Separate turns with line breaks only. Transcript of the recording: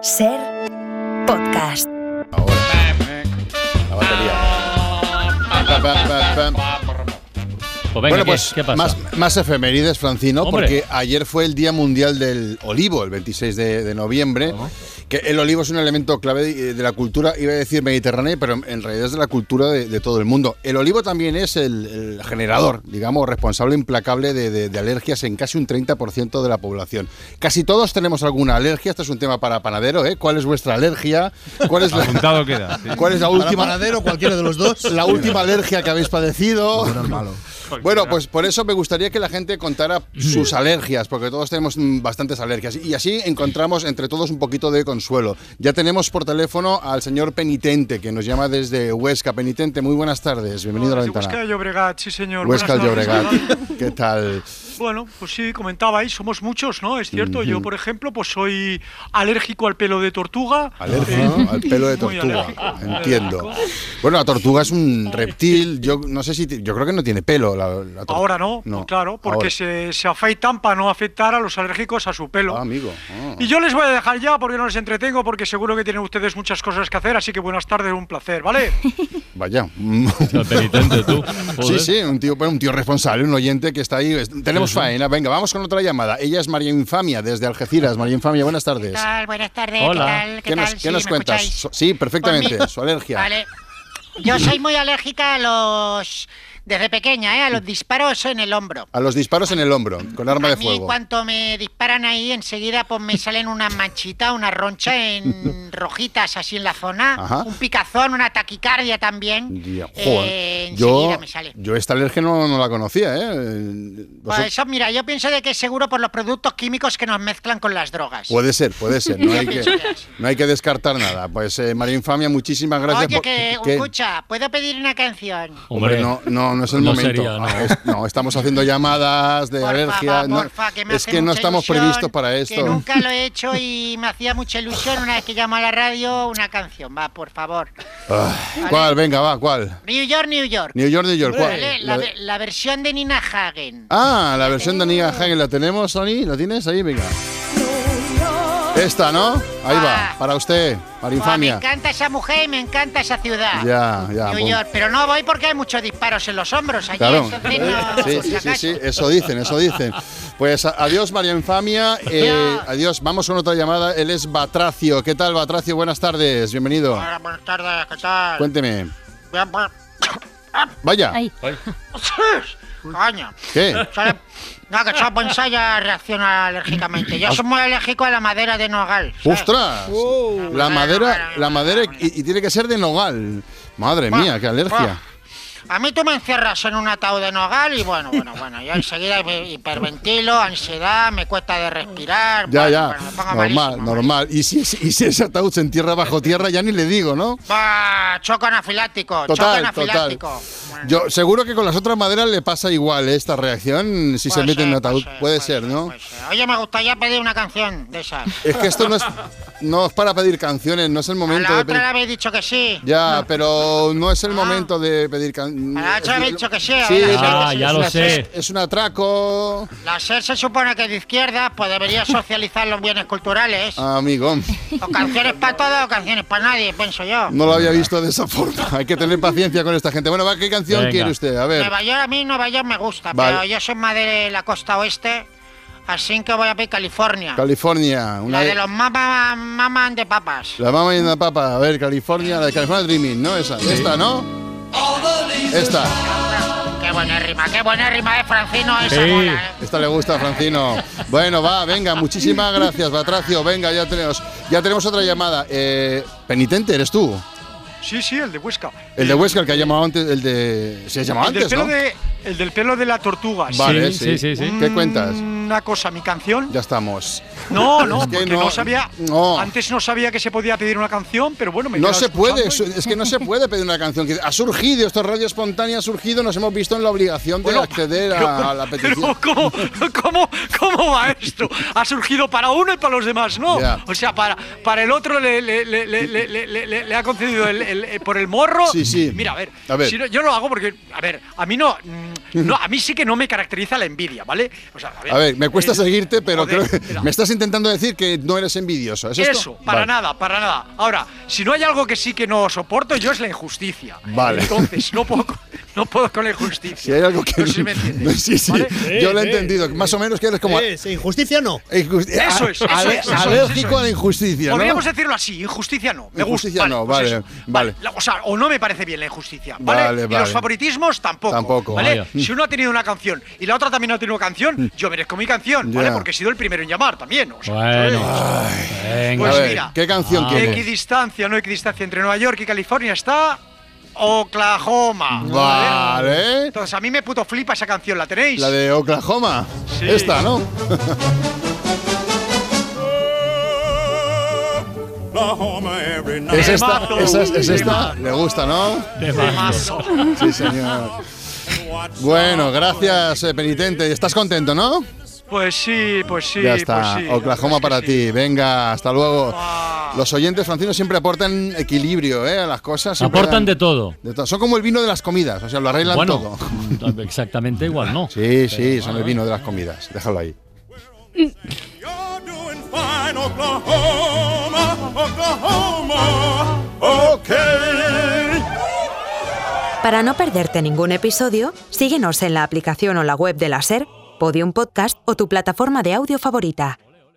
Ser podcast.
La batería. Pa, pa, pa, pa.
Pues venga,
bueno,
¿qué,
pues
qué pasa?
Más, más efemérides, Francino,
Hombre.
porque ayer fue el Día Mundial del Olivo, el 26 de, de noviembre. Que el olivo es un elemento clave de, de la cultura, iba a decir mediterránea, pero en realidad es de la cultura de, de todo el mundo. El olivo también es el, el generador, digamos, responsable implacable de, de- de alergias en casi un 30% de la población. Casi todos tenemos alguna alergia, este es un tema para panadero, ¿eh? ¿Cuál es vuestra alergia? ¿Cuál es la,
Apuntado queda. sí.
cuál es la última?
panadero, cualquiera de los dos.
la última alergia que habéis padecido.
malo.
Bueno, pues por eso me gustaría que la gente contara sus alergias, porque todos tenemos mm, bastantes alergias. Y así encontramos entre todos un poquito de consuelo. Ya tenemos por teléfono al señor Penitente, que nos llama desde Huesca. Penitente, muy buenas tardes. Bienvenido a la
Desde Huesca
ventana.
de Llobregat, sí señor.
Huesca de
Buenas
Llobregat.
tardes,
¿Qué tal?
Bueno, pues sí, comentabais, somos muchos, ¿no? Es cierto, yo por ejemplo, pues soy alérgico al pelo de tortuga.
Alérgico
Eh,
al pelo de
muy
tortuga.
alérgico,
Entiendo.
alérgico.
Bueno, la tortuga es un reptil. Yo no sé si. ti- Yo creo que no tiene pelo. La, la tor-
Ahora no, claro, porque
ahora.
se, se afeitan para no afectar a los alérgicos a su pelo.
Ah, amigo. ah.
Y yo les voy a dejar ya porque no les entretengo, porque seguro que tienen ustedes muchas cosas que hacer, así que buenas tardes, un placer, ¿vale?
Vaya.
Tío, penitente tú.
Sí,
Joder.
sí, un tío, bueno, un tío responsable, un oyente que está ahí. Es- Tenemos faena. Venga, vamos con otra llamada. Ella es María Infamia, desde Algeciras. María Infamia, buenas tardes.
¿Qué tal? Buenas tardes.
Hola.
¿Qué tal? ¿Qué,
¿Qué nos,
tal?
qué
Sí,
nos
¿me
cuentas?
escucháis?
So- sí, perfectamente,
Pues
su alergia.
Vale. Yo soy muy alérgica a los. Desde pequeña, ¿eh? A los disparos en el hombro.
A los disparos en el hombro, con arma
A
de
mí,
fuego.
cuanto me disparan ahí, enseguida pues me salen una manchita, una roncha en rojitas así en la zona,
Ajá.
un picazón, una taquicardia también.
Ya,
Eh,
joder.
enseguida
yo,
me sale.
yo esta alergia no, no la conocía, ¿eh? Eh,
Pues
vosot-
eso, mira, yo pienso de que es seguro por los productos químicos que nos mezclan con las drogas.
Puede ser, puede ser. No hay que,
pienso que sí.
no hay que descartar nada. Pues eh, María Infamia, muchísimas gracias.
Oye,
por-
que,
que-
escucha, ¿puedo pedir una canción?
Hombre,
Hombre,
no, no, no es el
no
momento.
sería, no.
Ah, es- no, estamos haciendo llamadas de
Porfa,
alergia.
va,
no,
porfa, que me
es
hace
que no
mucha
estamos
ilusión,
previstos para esto.
Que nunca lo he hecho y me hacía mucha ilusión una vez que llamo a la radio una canción. Va, por favor.
Ay, Ah, ¿Cuál? Venga, va, ¿cuál?
New York, New York.
New York, New York, ¿cuál?
¿vale?
La
La,
de-
ve- la versión de Nina Hagen.
Ah, la versión de Nina Hagen, ¿la tenemos, Sony? ¿La tienes ahí? Venga. Esta, ¿no? Ahí va,
Ah.
para usted, para
Buah, me
infamia.
encanta esa mujer y me encanta esa ciudad.
Ya, ya.
New
bueno.
York. Pero no voy porque hay muchos disparos en los hombros allí.
Claro.
entonces
Sí,
no- por si
sí, sí,
acaso.
sí, eso dicen, eso dicen. Pues a- adiós, María Infamia. eh, adiós, vamos con otra llamada. Él es Batracio. ¿Qué tal, Batracio? Buenas tardes, bienvenido.
Hola, buenas tardes, ¿qué tal?
Cuénteme.
Bien, pues,
Vaya,
Ay.
Coño.
¿qué?
Solo- No, que solo pensáis ya reacciona alérgicamente.
Ah.
Yo soy muy alérgico a la madera de nogal. ¿sabes?
¡Ostras!
Uh.
La madera, la madera, y, y tiene que ser de nogal. Madre mía, qué alergia.
A mí tú me encierras en un ataúd de nogal y bueno, bueno, bueno, yo enseguida hi- hiperventilo, ansiedad, me cuesta de respirar.
Ya,
bueno,
ya.
bueno, me pongo
Normal,
malísimo,
normal. Y si, es- y si ese ataúd se entierra bajo tierra, ya ni le digo, ¿no?
Bah, choco anafilático, choco
Total, total.
anafilático. Bueno,
Yo seguro que con las otras maderas le pasa igual ¿eh? esta reacción si se
puede
mete en un
ser,
ataúd. Puede ser, ¿no?
puede ser. Oye, me gustaría pedir una canción de esas.
Es que esto no es, no es para pedir canciones, no es el
A
momento
la
de
otra
pedir.
le habéis dicho que sí.
Ya, pero no es el momento de pedir canciones.
A la otra le habéis dicho que sí. a
Sí,
ver,
Ah,
a ver.
ya lo sé.
Es un atraco,
La SER se supone que es de izquierda, pues debería socializar los bienes culturales.
Ah. amigo.
O canciones para todos o canciones para nadie, pienso yo.
No lo había visto de esa forma. Hay que tener paciencia con esta gente. Bueno, va, ¿qué canción
Venga.
quiere usted? A ver.
Nueva York, a mí Nueva York me gusta,
Vale.
pero yo soy más de la costa oeste, así que voy a pedir California.
California. Una
la de los mamá maman de papas.
La mamá y la papa. A ver, California, la de California Dreaming, ¿no? Esa. Esta, ¿no? Esta.
Qué buena rima, qué buena rima es Francino esa
Sí.
mola, ¿eh?
Esta le gusta a Francino. Bueno, va, venga, muchísimas gracias, Batracio. Venga, ya tenemos, ya tenemos otra llamada. Eh, penitente, eres tú.
Sí, sí, el de Huesca.
El de Huesca, el que ha llamado antes, el de. Se ha llamado
El del
antes,
pelo
¿no?
de, el del pelo de la tortuga. sí.
Vale, sí.
Sí, sí, sí, sí.
¿Qué cuentas?
Una cosa, mi canción.
Ya estamos.
No, no,
Es que
porque
no,
no, sabía.
no.
Antes no sabía que se podía pedir una canción, pero bueno, me he
No
quedado
se puede,
escuchando y-
es que no se puede pedir una canción. Ha surgido, esto es radio espontánea, ha surgido, nos hemos visto en la obligación de
Bueno,
acceder
pero-
a, a la petición.
Pero ¿cómo, cómo, ¿cómo va esto? Ha surgido para uno y para los demás, ¿no?
Ya.
O sea, para, para el otro le, le- le- le- le- le- le- le- le ha concedido el, el- el- eh, por el morro.
Sí, sí.
Mira, a ver,
A ver.
si no- yo lo hago porque, a ver, a mí no... mm, No, a mí sí que no me caracteriza la envidia, ¿vale? O sea,
A ver, me cuesta
eh,
seguirte, pero
joder,
creo que
espera.
me estás intentando decir que no eres envidioso. ¿Es Pues esto?
Eso, para
Vale.
nada, para nada. Ahora, si no hay algo que sí que no soporto, yo es la injusticia.
Vale.
Entonces, no puedo, con- no puedo con la injusticia.
Si hay algo que.
No sé si me entiendes.
No, sí, sí,
¿vale?
Yo lo he
Sí, sí,
entendido.
sí.
Más o menos que eres como.
Eh, sí, injusticia no.
Injusti-
Eso es, eso es,
ale-
eso es,
alérgico
eso es.
a la injusticia, ¿no?
Podríamos decirlo así, injusticia no. Me gusta.
Injusticia no, vale,
eso.
vale.
La- O sea, o no me parece bien la injusticia, ¿vale?
Vale,
y
vale.
los favoritismos tampoco.
Tampoco. Mm.
¿vale?
Vaya.
Si uno ha tenido una canción y la otra también ha tenido canción, yo merezco mi canción, ¿vale?
Ya. Ah,
Porque he sido el primero en llamar también. o sea,
Bueno.
¿sabes?
Venga.
a
Pues
ver,
mira.
¿qué canción
Ah.
quieres?
Equidistancia, no equidistancia entre Nueva York y California está Oklahoma.
Vale.
Entonces a mí me puto flipa esa canción, ¿la tenéis?
La de Oklahoma.
Sí.
Esta, ¿no? Es esta,
Temazo.
esa es, es esta. Le gusta, ¿no?
Temazo.
Sí, señor. Bueno, gracias, eh, penitente. ¿Estás contento, no?
Pues sí, pues sí.
ya está.
pues sí, la verdad
Oklahoma
es que
para
sí.
ti. Venga, hasta luego.
Ah.
Los oyentes francinos siempre aportan equilibrio ¿eh? a las cosas. siempre
Aportan de
dan-
todo.
de todo. Son como el vino de las comidas, o sea, lo arreglan
Bueno,
todo.
exactamente igual, ¿no?
Sí, sí, son el vino de las comidas. Déjalo ahí.
Para no perderte ningún episodio, síguenos en la aplicación o la web de la SER, Podium Podcast o tu plataforma de audio favorita.